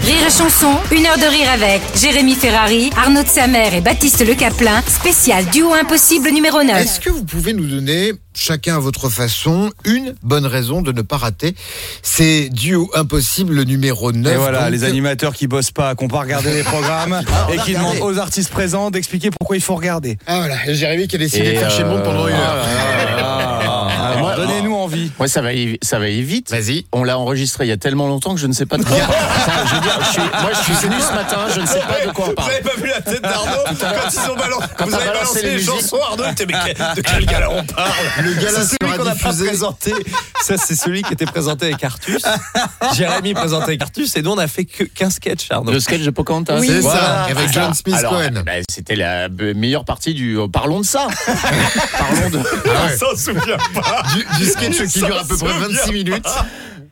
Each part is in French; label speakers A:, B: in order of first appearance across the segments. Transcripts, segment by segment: A: Rire et chanson, une heure de rire avec Jérémy Ferrari, Arnaud de Samer et Baptiste Le Caplin, spécial duo impossible numéro 9.
B: Est-ce que vous pouvez nous donner, chacun à votre façon, une bonne raison de ne pas rater ces duos impossibles le numéro 9
C: Et voilà,
B: donc-
C: les animateurs qui bossent pas, qu'on pas regarder les programmes et qui
B: regardé.
C: demandent aux artistes présents d'expliquer pourquoi il faut regarder.
B: Ah voilà, Jérémy qui a décidé de faire chez le monde pendant
D: euh,
B: une heure.
C: Alors, Donnez-nous envie.
E: Ouais, ça va y, ça va y vite. Vas-y. On l'a enregistré il y a tellement longtemps que je ne sais pas de quoi. on parle. Enfin, je veux dire, je suis- moi, je suis venu ce matin, je ne sais pas de quoi on parle.
D: Vous avez pas vu la tête d'Arnaud quand ils ont balancé,
E: quand
D: vous
E: t'as
D: avez
E: balancé
D: balancé
E: les
D: les
E: musiques.
D: chansons, Arnaud était, mais que- de quel gala on parle
B: Le gala
C: C'est celui qu'on
B: sera
C: n'a pas
B: diffusé.
C: présenté. Ça, c'est celui qui était présenté avec Artus. Jérémy présentait avec Artus et nous, on a fait que- qu'un sketch, Arnaud.
E: Le sketch de Pocahontas.
B: C'est ça,
E: Voilà. Ah,
B: avec John Smith
E: Alors,
B: Cohen.
E: bah, c'était la b- meilleure partie du. euh, Parlons de ça. Parlons de.
B: Ah ouais.
D: On s'en souvient pas.
B: Du, du sketch qui
D: Ça
B: dure à peu
D: se
B: près
D: vient.
B: 26 minutes.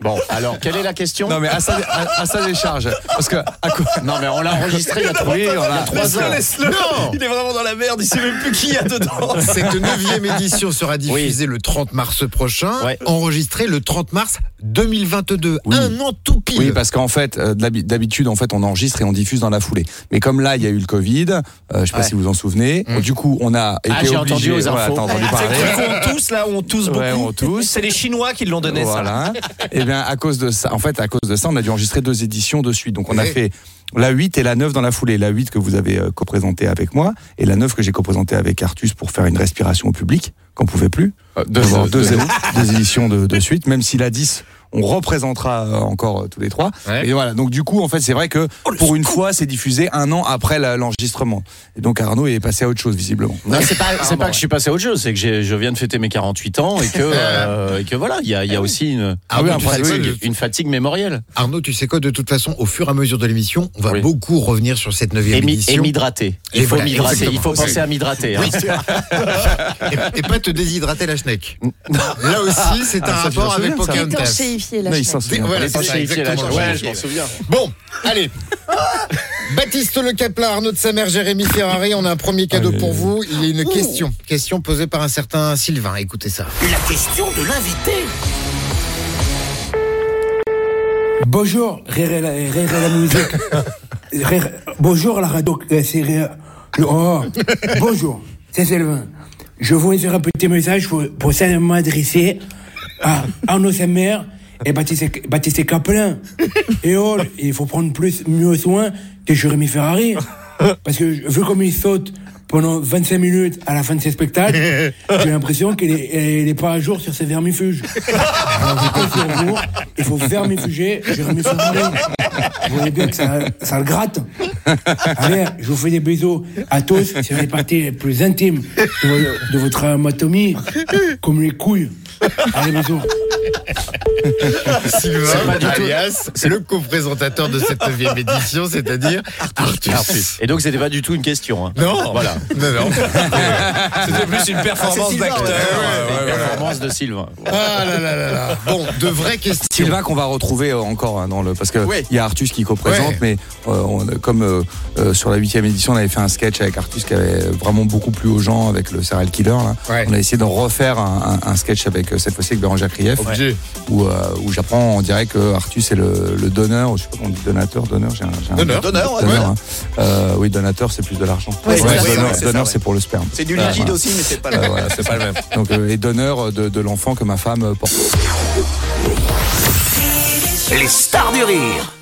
E: Bon, alors quelle est la question
C: Non, mais à sa, à- à sa décharge. Parce que, à quoi
E: Non, mais on l'a enregistré il y a trois,
C: Oui, on l'a-
E: trois ans.
D: Laisse-le, laisse-le. Il est vraiment dans la merde, il sait même plus qui il y a dedans.
B: Cette neuvième édition sera diffusée le 30 mars prochain,
E: Ouais.
B: enregistrée le 30 mars 2022. Un an tout pile.
F: Oui, parce qu'en fait, euh, de l'habi- d'habitude, en fait, on enregistre et on diffuse dans la foulée. Mais comme là, il y a eu le Covid, euh, je sais pas
E: Ouais. Mm. Ah,
F: si vous en souvenez. Du coup, on a été
E: j'ai
F: obligé.
E: entendu aux
F: voilà,
E: infos. Ah,
F: t'as
C: Ah,
F: entendu parler.
C: on tous là, on tous
F: Ouais, on tousse.
C: C'est les Chinois qui l'ont donné, ça.
F: Voilà. et bien, à cause de ça, en fait, à cause de ça, on a dû enregistrer deux éditions de suite. Donc, on a
B: Ouais.
F: fait la 8 et la 9 dans la foulée. La 8 que vous avez euh, co-présentée avec moi et la 9 que j'ai co-présentée avec Artus pour faire une respiration au public qu'on pouvait plus.
E: deux-
F: Avoir
E: deux-
F: deux, deux éditions de, de suite, même si la 10 on représentera euh, encore euh, tous les trois.
B: Ouais.
F: Et voilà. Donc du coup, en fait, c'est vrai que pour une fois, c'est diffusé un an après la- l'enregistrement. Et donc Arnaud est passé à autre chose visiblement.
E: Non, c'est pas,
B: Ah,
E: c'est pas que je suis passé à autre chose, c'est que j'ai- je viens de fêter mes 48 ans et que, euh, et que voilà, il y a, il y a aussi une,
B: Ah oui,
E: une
B: un problème.
E: fatigue, une fatigue mémorielle.
B: Arnaud, tu sais quoi, de toute façon, au fur et à mesure de l'émission, on va
E: Oui.
B: beaucoup revenir sur cette
E: Et,
B: neuvième
E: mi- et
B: édition.
E: m'hydrater. Il
B: Et
E: faut
B: voilà,
E: m'hydrater, il faut
B: exactement.
E: penser à m'hydrater. hein.
B: et, et pas te déshydrater la schneck. Là aussi, c'est un rapport avec Pocahontas.
G: Étanchéifié, la
F: Non,
G: chaîne.
F: il s'en souvient.
B: Voilà,
E: L'étancher,
B: c'est ça,
E: il fait la
B: exactement.
E: chose.
B: Ouais,
E: Ouais, je m'en souviens.
B: Bon, allez. Baptiste Le Caplin, Arnaud de sa mère, Jérémy Ferrari, on a un premier cadeau pour vous. Il y a une question. Question posée par un certain Sylvain. Écoutez ça.
H: La question de l'invité.
I: Bonjour, rire et la, rire et la musique. Rire- bonjour la radio, euh, c'est rire. le- oh, bonjour, c'est Sylvain. Je vous laisserai un petit message pour, pour ça m'adresser à Arnaud Samer et Baptiste, Baptiste Caplin. Et oh, il faut prendre plus, mieux soin que Jérémy Ferrari. Parce que vu comme il saute pendant 25 minutes à la fin de ses spectacles, j'ai l'impression qu'il est, il est pas à jour sur ses vermifuges. Alors, je compte sur vous. il faut vermifuger Jérémy Ferrari. Vous voyez bien que ça, ça le gratte. Allez, je vous fais des bisous à tous sur les parties les plus intimes de, vo- de votre anatomie, comme les couilles. Allez, bisous.
B: Sylvain, alias, le co-présentateur de cette neuvième édition, c'est-à-dire Arthur.
E: Et donc, c'était pas du tout une question. hein.
B: Non.
E: Voilà.
B: Non, non.
C: C'était plus une performance d'acteur.
E: Performance de Sylvain.
B: Ah là là là là. Bon, de vraies questions.
F: Sylvain qu'on va retrouver euh, encore hein, dans le parce que il
E: Ouais.
F: y a Artus qui co-présente
B: Ouais.
F: mais euh, on- euh, comme euh, euh, sur la huitième édition on avait fait un sketch avec Artus qui avait vraiment beaucoup plu aux gens avec le serial killer là.
B: Ouais.
F: on a essayé de refaire un, un- un sketch avec euh, cette fois-ci avec Bérangère Krief
B: Obligé.
F: où, euh, où j'apprends on dirait que Artus est le, le donneur ou je sais pas comment on dit donateur donneur j'ai un, j'ai un-
B: Donneur.
D: Donneur, ouais.
F: hein. Euh, oui donateur c'est plus de l'argent
G: Ouais, c'est
F: Donneur-
G: ça, ouais,
F: donneur
D: ouais, c'est
F: donneur,
D: ça,
F: c'est pour le sperme
D: C'est du
F: Voilà.
D: liquide aussi, mais c'est pas
F: Euh,
D: le
F: voilà, c'est pas le même. Donc, euh, et donneur de, de l'enfant que ma femme euh, porte.
H: Les stars du rire.